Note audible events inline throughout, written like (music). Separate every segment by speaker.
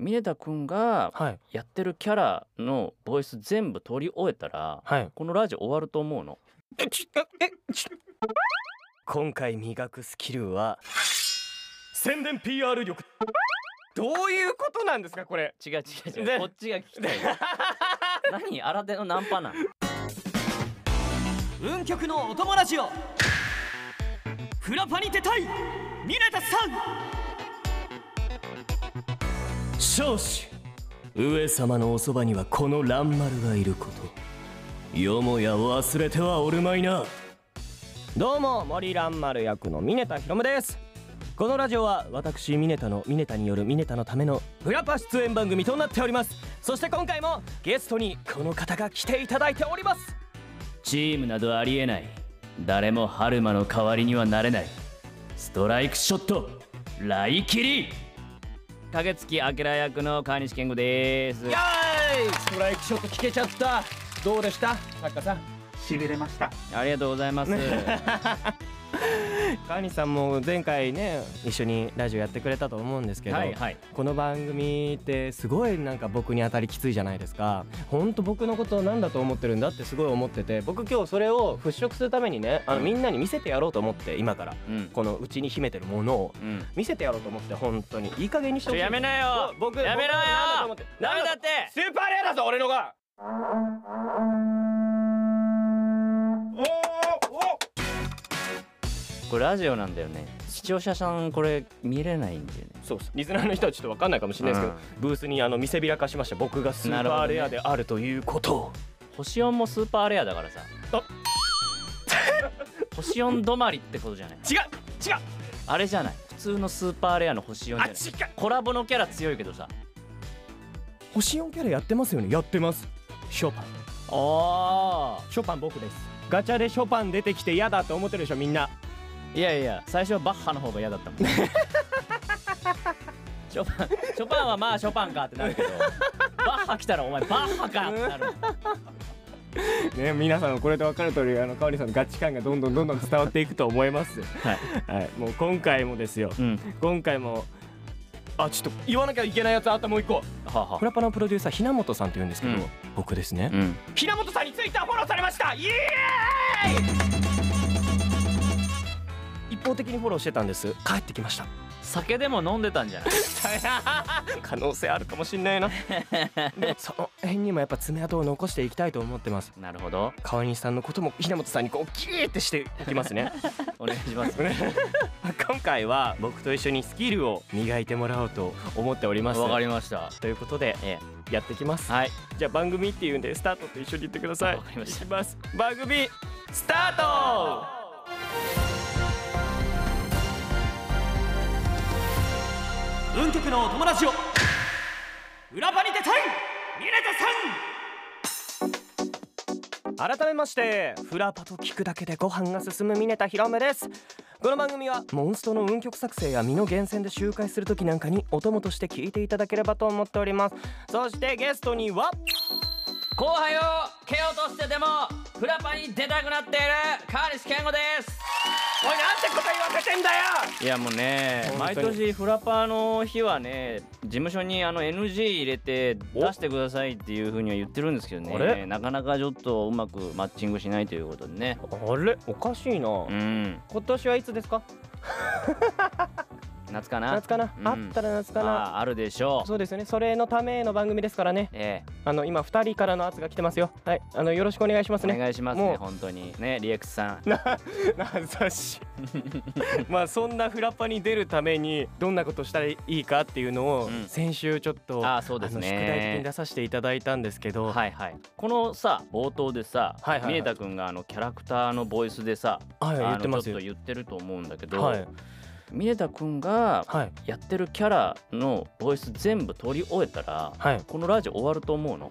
Speaker 1: 峰田君が
Speaker 2: はい
Speaker 1: やってるキャラのボイス全部取り終えたら
Speaker 2: はい
Speaker 1: このラジオ終わると思うの
Speaker 2: えちえち今回磨くスキルは宣伝 PR 力どういうことなんですかこれ
Speaker 1: 違う違う違
Speaker 2: ね
Speaker 1: うこっちが聞きたい (laughs) 何新手のナンパなん
Speaker 3: 運極のお友達をフラパに出たいミネタさん
Speaker 2: 少子上様のおそばにはこの蘭丸がいることよもや忘れてはおるまいなどうも森蘭丸役の峰田ひろむですこのラジオは私ミネタのミネタによるミネタのためのフラパ出演番組となっておりますそして今回もゲストにこの方が来ていただいております
Speaker 1: チームなどありえない誰も春馬の代わりにはなれないストライクショットライキリ影月明役の川西健吾です
Speaker 2: やーいストライクショット聞けちゃったどうでした作家さん
Speaker 4: しびれました
Speaker 1: ありがとうございます
Speaker 2: 川西さんも前回ね一緒にラジオやってくれたと思うんですけど、
Speaker 1: はいはい
Speaker 2: この番組ってすごいなんか僕に当たりきついじゃないですかほんと僕のことなんだと思ってるんだってすごい思ってて僕今日それを払拭するためにねあのみんなに見せてやろうと思って今から
Speaker 1: うん
Speaker 2: このうちに秘めてるものを
Speaker 1: うん
Speaker 2: 見せてやろうと思って本当にいい加減にし
Speaker 1: ち
Speaker 2: てほしい
Speaker 1: なよ
Speaker 2: 僕僕なんだと思って
Speaker 1: ダメだって
Speaker 2: スーパーレアだぞ俺のが
Speaker 4: おーお
Speaker 1: これラジオなんだよね視聴者さんこれ見れないんだよね
Speaker 2: そうですリスナーの人はちょっと分かんないかもしれないですけど、ブースにあの見せびらかしました僕がスーパーレアであるということを、
Speaker 1: 星4もスーパーレアだからさ
Speaker 2: あ
Speaker 1: 星4止まりってことじゃない
Speaker 2: 違う違う
Speaker 1: あれじゃない普通のスーパーレアの星4じゃ
Speaker 2: あ
Speaker 1: ない
Speaker 2: 違う
Speaker 1: コラボのキャラ強いけどさ
Speaker 2: 星4キャラやってますよねやってますショパン
Speaker 1: あ
Speaker 2: ショパン僕ですガチャでショパン出てきて嫌だと思ってるでしょみんな
Speaker 1: あいやいや最初はバッハの方が嫌だ (laughs) ったもんショパンショパンはまあショパンかってなるけどバッハ来たらお前バッハかってなる
Speaker 2: (laughs) ね皆さんこれで分かる通りあの香里さんのガチ感がどんどんどんどん伝わっていくと思います
Speaker 1: はい、
Speaker 2: はい、もう今回もですよ
Speaker 1: うん
Speaker 2: 今回もあちょっと言わなきゃいけないやつあったもう一個
Speaker 1: はあは
Speaker 2: フラパのプロデューサーひなもとさんって言うんですけど、
Speaker 1: うん
Speaker 2: 僕ですね、
Speaker 1: うん
Speaker 2: ひなもとさんにツイッターフォローされましたイエーイ一方的にフォローしてたんです帰ってきました
Speaker 1: 酒でも飲んでたんじゃない
Speaker 2: (laughs) 可能性あるかもしんないな (laughs) でもその辺にもやっぱ爪痕を残していきたいと思ってます
Speaker 1: なるほど
Speaker 2: 川西さんのことも平本さんにこうキーってしていきます (laughs) ね
Speaker 1: お願いします
Speaker 2: 今回は僕と一緒にスキルを磨いてもらおうと思っております
Speaker 1: わかりました
Speaker 2: ということで
Speaker 1: え
Speaker 2: やってきます、
Speaker 1: えはい
Speaker 2: じゃあ番組っていうんでスタートと一緒に言ってください
Speaker 1: わかりました
Speaker 2: いきます番組スタート
Speaker 3: 運極のお友達を裏パに出たいミネタさん
Speaker 2: 改めましてフラパと聞くだけでご飯が進むミネタヒロムですこの番組はモンストの運曲作成や身の厳選で周回する時なんかにお供として聞いていただければと思っておりますそしてゲストには
Speaker 1: 後輩を蹴落としてでもフラパンに出たくなっている川西健吾です
Speaker 2: おいなんてこと言わせてんだよ
Speaker 1: いやもうね
Speaker 2: 本
Speaker 1: 毎
Speaker 2: 当に
Speaker 1: 年フラパーの日はね事務所にあの NG 入れて
Speaker 2: お
Speaker 1: 出してくださいっていうふうには言ってるんですけど
Speaker 2: あれ
Speaker 1: ねなかなかちょっとうまくマッチングしないということでね
Speaker 2: あれおかしいな、
Speaker 1: うん
Speaker 2: 今年はいつですか
Speaker 1: 夏かな
Speaker 2: 夏かな、
Speaker 1: うん
Speaker 2: あったら夏かな
Speaker 1: ああるでしょう
Speaker 2: そうですよねそれのための番組ですからね
Speaker 1: え
Speaker 2: あの今二人からの圧が来てますよはいあのよろしくお願いします
Speaker 1: え
Speaker 2: ね
Speaker 1: お願いします
Speaker 2: も
Speaker 1: ね
Speaker 2: う
Speaker 1: 本当にねリエクスさん
Speaker 2: 優しい (laughs) まあそんなフラパに出るためにどんなことしたらいいかっていうのを
Speaker 1: うん
Speaker 2: 先週ちょっと、
Speaker 1: あーそうですね
Speaker 2: あの宿題的に出させていただいたんですけど、
Speaker 1: はいはいこのさ冒頭でさ
Speaker 2: はいはいはい
Speaker 1: ミネタ君があのキャラクターのボイスでさ
Speaker 2: はい言
Speaker 1: あ
Speaker 2: って
Speaker 1: の
Speaker 2: ま
Speaker 1: ち
Speaker 2: す
Speaker 1: ょっ
Speaker 2: よ
Speaker 1: と言ってると思うんだけど
Speaker 2: はい
Speaker 1: ミネタ君が
Speaker 2: はい
Speaker 1: やってるキャラのボイス全部取り終えたら
Speaker 2: はい
Speaker 1: このラジオ終わると思うの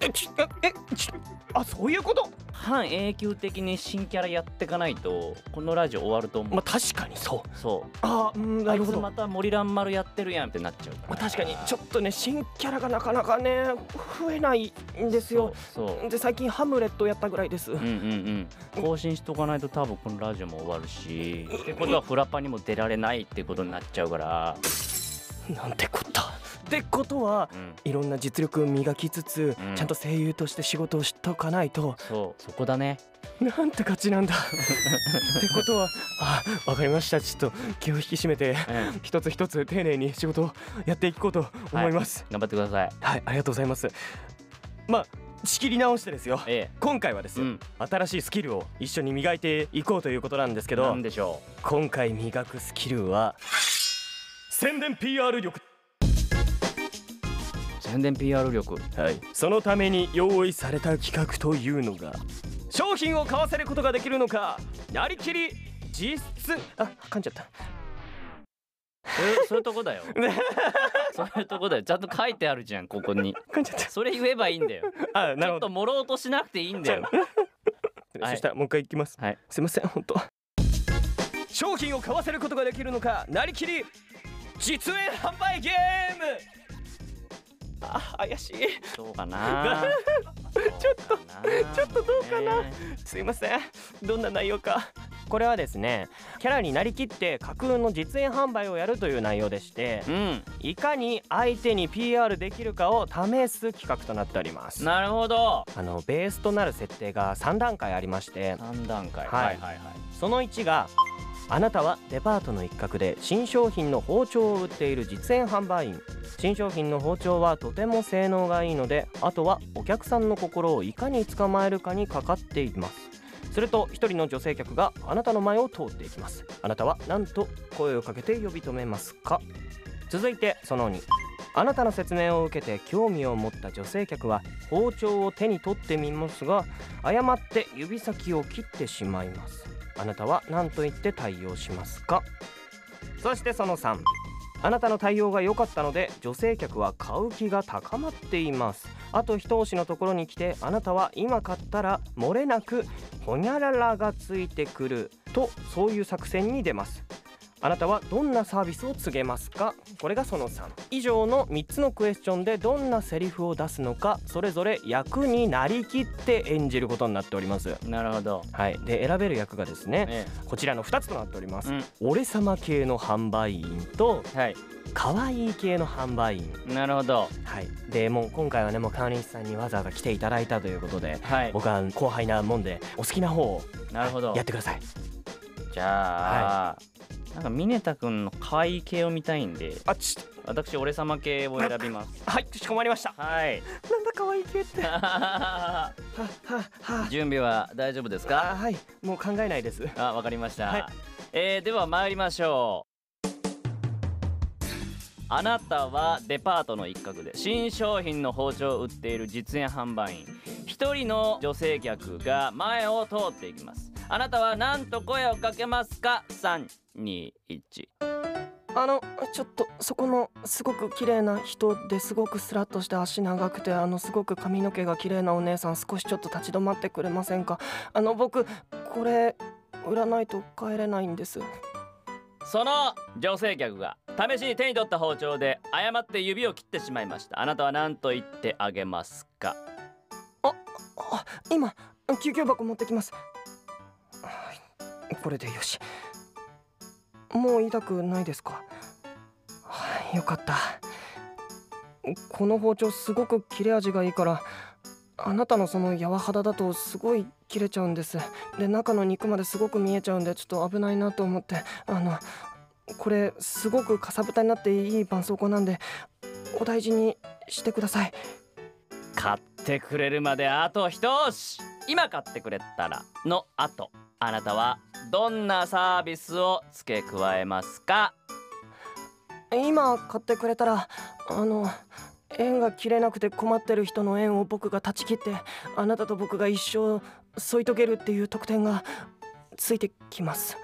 Speaker 2: えちえちあそういうこと
Speaker 1: 半永久的に新キャラやってかないとこのラジオ終わると思う、
Speaker 2: まあ確かにそう
Speaker 1: そう
Speaker 2: あーうん
Speaker 1: あ
Speaker 2: ないる
Speaker 1: つ
Speaker 2: ほど
Speaker 1: また森蘭丸やってるやんってなっちゃうから、
Speaker 2: まあ、確かにちょっとね新キャラがなかなかね増えないんですよ
Speaker 1: そうそ
Speaker 2: で最近ハムレットやったぐらいです、
Speaker 1: ううんうんうん更新しとかないと多分このラジオも終わるしってことはフラパにも出られないってことになっちゃうから
Speaker 2: (laughs) なんてこったってことは
Speaker 1: うん
Speaker 2: いろんな実力を磨きつつ、
Speaker 1: うん
Speaker 2: ちゃんと声優として仕事をしとかないと
Speaker 1: そうそこだね
Speaker 2: なんて勝ち (laughs) なんだってことはあわかりましたちょっと気を引き締めて
Speaker 1: うん
Speaker 2: 一つ一つ丁寧に仕事をやっていこうと思います
Speaker 1: 頑張ってください
Speaker 2: はい、ありがとうございますまあ仕切り直してですよ
Speaker 1: え
Speaker 2: 今回はです
Speaker 1: えう
Speaker 2: よ、
Speaker 1: ん
Speaker 2: 新しいスキルを一緒に磨いていこうということなんですけ
Speaker 1: な
Speaker 2: ど
Speaker 1: んでしょ
Speaker 2: 今回磨くスキルは宣伝 PR 力
Speaker 1: う宣伝 PR 力
Speaker 2: はい、そのために用意された企画というのが商品を買わせることができるのかなりきり実質あ噛んじゃった
Speaker 1: そういうそういうとこ (laughs) だよそういうとこだよちゃんと書いてあるじゃんここ (laughs) に
Speaker 2: 噛んじゃっ
Speaker 1: それ言えばいいんだよ
Speaker 2: た
Speaker 1: (laughs)
Speaker 2: あ
Speaker 1: ち
Speaker 2: なる
Speaker 1: ょっ
Speaker 2: ほ
Speaker 1: と
Speaker 2: ど
Speaker 1: 盛ろうとしなくていいんだよはい
Speaker 2: そしたらもう一回いきます、
Speaker 1: はい
Speaker 2: すいません本当商品を買わせることができるのかなりきり実演販売ゲームあ怪しい
Speaker 1: どうかな (laughs) ちょっとちょっとどうかな
Speaker 2: すいませんどんな内容かこれはですねキャラになりきって架空の実演販売をやるという内容でして
Speaker 1: うん
Speaker 2: いかに相手に PR できるかを試す企画となっております
Speaker 1: なるほど
Speaker 2: あのベースとなる設定が3段階ありまして
Speaker 1: 三段階
Speaker 2: はい
Speaker 1: はいはい
Speaker 2: その1があなたはデパートの一角で新商品の包丁を売っている実演販売員新商品の包丁はとても性能がいいのであとはお客さんの心をいかに捕まえるかにかかっていますすると一人の女性客があなたの前を通っていきますあなたはなんと声をかけて呼び止めますか続いてその2あなたの説明を受けて興味を持った女性客は包丁を手に取ってみますが誤って指先を切ってしまいますあなたは何と言って対応しますかそしてその3あなたの対応が良かったので女性客は買う気が高まっていますあと一押しのところに来てあなたは今買ったら漏れなくほにゃららがついてくるとそういう作戦に出ますあなたはどんなサービスを告げますかこれがその3以上の3つのクエスチョンでどんなセリフを出すのかそれぞれ役になりきって演じることになっております
Speaker 1: なるほど
Speaker 2: はいで選べる役がですね、
Speaker 1: え
Speaker 2: こちらの2つとなっております、
Speaker 1: うん
Speaker 2: 俺様系の販売員と
Speaker 1: えはい
Speaker 2: 可愛い系の販売員
Speaker 1: なるほど
Speaker 2: はいでもう今回はねもう川西さんにわざわざ来ていただいたということで
Speaker 1: はい
Speaker 2: 僕は後輩なもんでお好きな方を
Speaker 1: なるほど
Speaker 2: やってください
Speaker 1: じゃあなんか峰田君の可愛い系を見たいんで
Speaker 2: あちょっと
Speaker 1: 私俺様系を選びます
Speaker 2: はいかしこまりました
Speaker 1: はい (laughs)
Speaker 2: なんだ可愛い系 (laughs) ってはは
Speaker 1: 準備は大丈夫です
Speaker 2: あ
Speaker 1: か
Speaker 2: はいもう考えないです
Speaker 1: あわかりました、
Speaker 2: はい
Speaker 1: えーでは参りましょうあなたはデパートの一角で新商品の包丁を売っている実演販売員一人の女性客が前を通っていきますあなたは何と声をかけますか321
Speaker 2: あのちょっとそこのすごく綺麗な人ですごくスラッとして足長くてあのすごく髪の毛が綺麗なお姉さん少しちょっと立ち止まってくれませんかあの僕これ売らないと帰れないんです
Speaker 1: その女性客が試しに手に取った包丁で誤って指を切ってしまいましたあなたは何と言ってあげますか
Speaker 2: あ今救急箱持ってきますはいこれでよしもう言いたくないですかはいよかったこの包丁すごく切れ味がいいからあなたのその柔肌だとすごい切れちゃうんですで中の肉まですごく見えちゃうんでちょっと危ないなと思ってあのこれすごくかさぶたになっていい絆創膏なんでお大事にしてください
Speaker 1: 買ってくれるまであと一押し今買ってくれたらの後あなたはどんなサービスを付け加えますか
Speaker 2: 今買ってくれたらあの縁が切れなくて困ってる人の縁を僕が断ち切ってあなたと僕が一生添い遂げるっていう特典がついてきます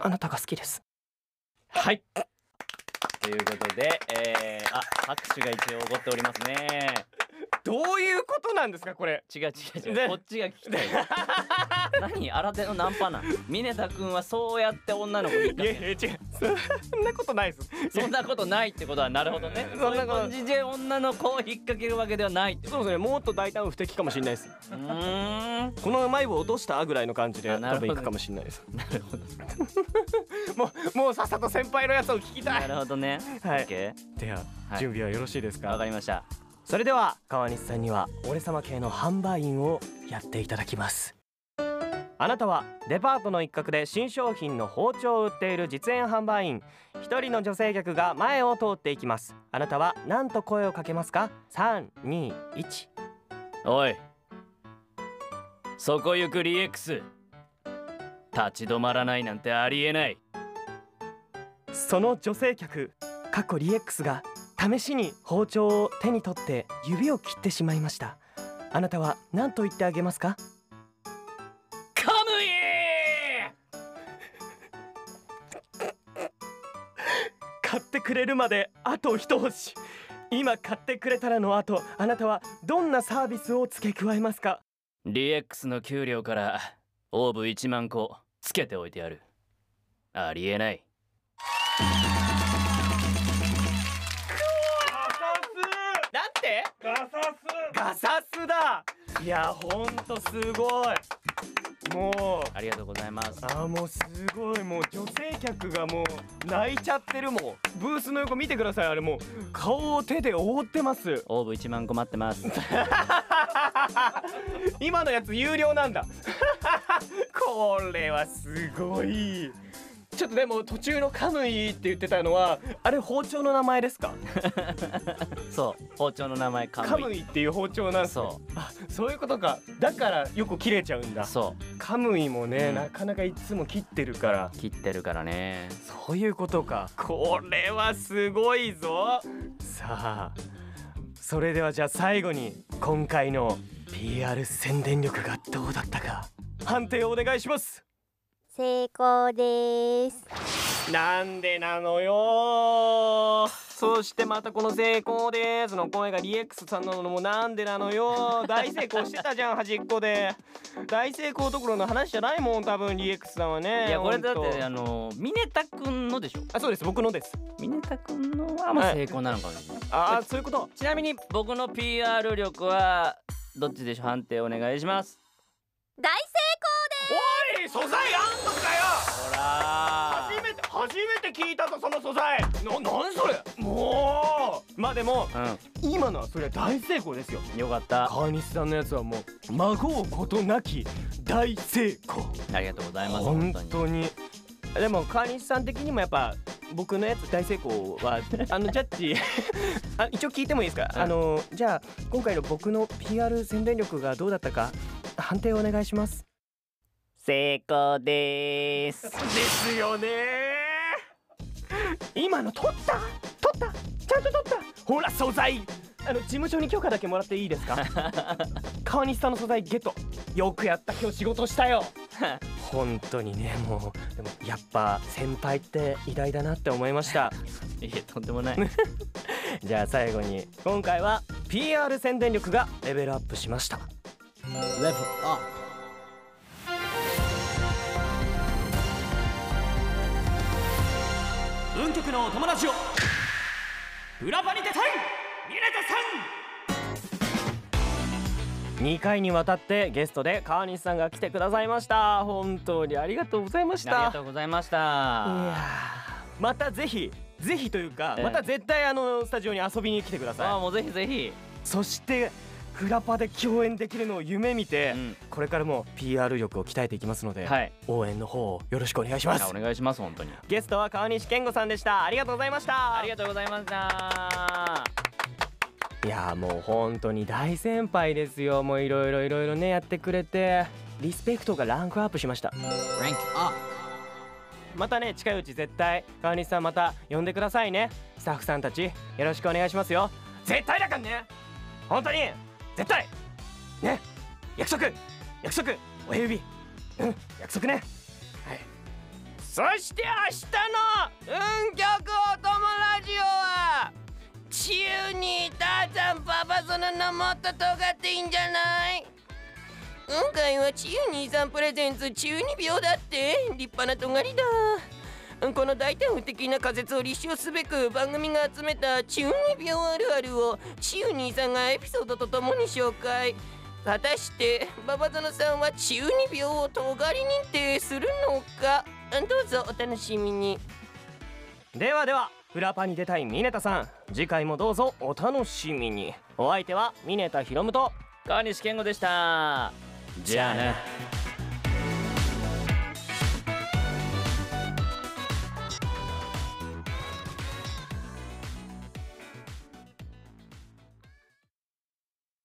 Speaker 2: あなたが好きです
Speaker 1: はいということで、えー、あ拍手が一応起こっておりますね
Speaker 2: どういうことなんですかこれ
Speaker 1: 違う違う違うこっちが聞きたい何新手のナンパなん峰田君はそうやって女の子に
Speaker 2: いやいや違うそんなことないです
Speaker 1: そんなことないってことはなるほどね
Speaker 2: そ
Speaker 1: そ
Speaker 2: ん
Speaker 1: ん
Speaker 2: な
Speaker 1: な
Speaker 2: こと
Speaker 1: 感じで女の子を引っ掛けるわけではないってこ
Speaker 2: そうですねもっと大胆不敵かもしれないです (laughs)
Speaker 1: とうーん
Speaker 2: このうまい棒落としたぐらいの感じで
Speaker 1: あなる
Speaker 2: 多
Speaker 1: ほど
Speaker 2: 分いくかもしれないですなるほど (laughs) もうもうさっさと先輩のやつを聞きた
Speaker 1: ないるほどね
Speaker 2: はい
Speaker 1: OK
Speaker 2: では、
Speaker 1: はい
Speaker 2: 準備はよろしいですか
Speaker 1: わかりました
Speaker 2: それでは川西さんには俺様系の販売員をやっていただきますあなたはデパートの一角で新商品の包丁を売っている実演販売員一人の女性客が前を通っていきますあなたは何と声をかけますか321
Speaker 1: おいそこ行く DX 立ち止まらないなんてありえない
Speaker 2: その女性客かっこリエックスが試しに包丁を手に取って指を切ってしまいましたあなたは何と言ってあげますか
Speaker 1: カムイ
Speaker 2: 買ってくれるまであと一押し今買ってくれたらの後あなたはどんなサービスを付け加えますか
Speaker 1: DX の給料からオーブ1万個つけておいてやるありえない
Speaker 2: なんて
Speaker 5: ガサス
Speaker 2: ガサスだいやほんとすごいもう
Speaker 1: ありがとうございます
Speaker 2: あーもうすごいもう女性客がもう泣いちゃってるもうブースの横見てくださいあれもう顔を手で覆ってます
Speaker 1: オーブ1万個待って
Speaker 2: (laughs)
Speaker 1: ます
Speaker 2: 今のやつ有料なんだ (laughs) これはすごいちょっとでも途中のカムイって言ってたのはあれ包丁の名前ですか
Speaker 1: そう包丁の名前カムイ
Speaker 2: カムイっていう包丁なんすね
Speaker 1: そ
Speaker 2: あそういうことかだからよく切れちゃうん
Speaker 1: う
Speaker 2: だ
Speaker 1: そ
Speaker 2: カムイもね、
Speaker 1: うん
Speaker 2: なかなかいつも切ってるから
Speaker 1: う切ってるからね
Speaker 2: そういうことかこれはすごいぞさあそれではじゃあ最後に今回の PR 宣伝力がどうだったか判定をお願いします
Speaker 6: 成功です。
Speaker 2: なんでなのよそしてまたこの成功ですの声がリエックスさんなのもなんでなのよ大成功してたじゃん端っこで大成功どころの話じゃないもん多分リエックスさんはね
Speaker 1: いやこれだっ
Speaker 2: ほん
Speaker 1: て
Speaker 2: と
Speaker 1: あのミネタくんのでしょ
Speaker 2: あそうです僕のです
Speaker 1: ミネタくんのはま
Speaker 2: は
Speaker 1: あ
Speaker 2: い
Speaker 1: 成功なのかな、
Speaker 2: あーそういうこと
Speaker 1: ちなみに僕の PR 力はどっちでしょう判定お願いします
Speaker 6: 大
Speaker 2: おい素材あんのかよ
Speaker 1: ほら
Speaker 2: 初めて初めて聞いたぞその素材ななんそれもうまあでも今のはそれは大成功ですよ
Speaker 1: うんよかった
Speaker 2: 川西さんのやつはもう孫うことなき大成功
Speaker 1: ありがとうございます本
Speaker 2: 本
Speaker 1: 当に
Speaker 2: 当にでも川西さん的にもやっぱ僕のやつ大成功 (laughs) はあのジャッジあ一応聞いてもいいですか、
Speaker 1: うん
Speaker 2: あのじゃあ今回の僕の PR 宣伝力がどうだったか判定をお願いします
Speaker 1: 成功でーす
Speaker 2: ですよね今の取った取ったちゃんと取ったほら素材あの事務所に許可だけもらっていいです (laughs) か川西さんの素材ゲットよくやった今日仕事したよ本当にねもうでもやっぱ先輩って偉大だなって思いま (laughs) した
Speaker 1: いえとんでもない
Speaker 2: じゃあ最後に今回は PR 宣伝力がレベルアップしました
Speaker 7: 運極のお友達を裏場に出たいミネタさん
Speaker 2: 2回にわたってゲストで川西さんが来てくださいました本当にありがとうございまし
Speaker 1: あり
Speaker 2: た
Speaker 1: がとうございまし
Speaker 2: いや
Speaker 1: た
Speaker 2: ーまたぜひぜひというか、
Speaker 1: ええ
Speaker 2: また絶対あのスタジオに遊びに来てくだ
Speaker 1: あ
Speaker 2: さ
Speaker 1: あもうぜひぜひ
Speaker 2: いそしてフラパで共演できるのを夢見て、
Speaker 1: うん
Speaker 2: これからも PR 力を鍛えていきますので、
Speaker 1: はい
Speaker 2: 応援の方をよろしくお願いしま
Speaker 1: あ
Speaker 2: す
Speaker 1: お願いします本当に
Speaker 2: ゲストは川西健吾さんでしたありがとうございました
Speaker 1: ありがとうございました
Speaker 2: いやーもう本当に大先輩ですよもういろいろいろいろねやってくれてリスペクトがランクアップしました
Speaker 1: ランクアップ
Speaker 2: またね近いうち絶対川西さんまた呼んでくださいねスタッフさんたちよろしくお願いしますよ絶対だからね本当に絶対ね約束約束親指うん約束ねはいそして明日の運極お友ラジオは地球にいたーちゃんパパ育
Speaker 8: こののもっと尖っていいんじゃない今回はチユ兄さんプレゼンツ中二病だって立派な尖りだこの大胆不敵な仮説を立証すべく番組が集めた中二病あるあるをチユ兄さんがエピソードとともに紹介果たしてババゾノさんは中二病を尖り認定するのかどうぞお楽しみに
Speaker 2: ではではフラパに出たいミネタさん次回もどうぞお楽しみにお相手はミネタヒロムと
Speaker 1: 川西健吾でしたじゃあな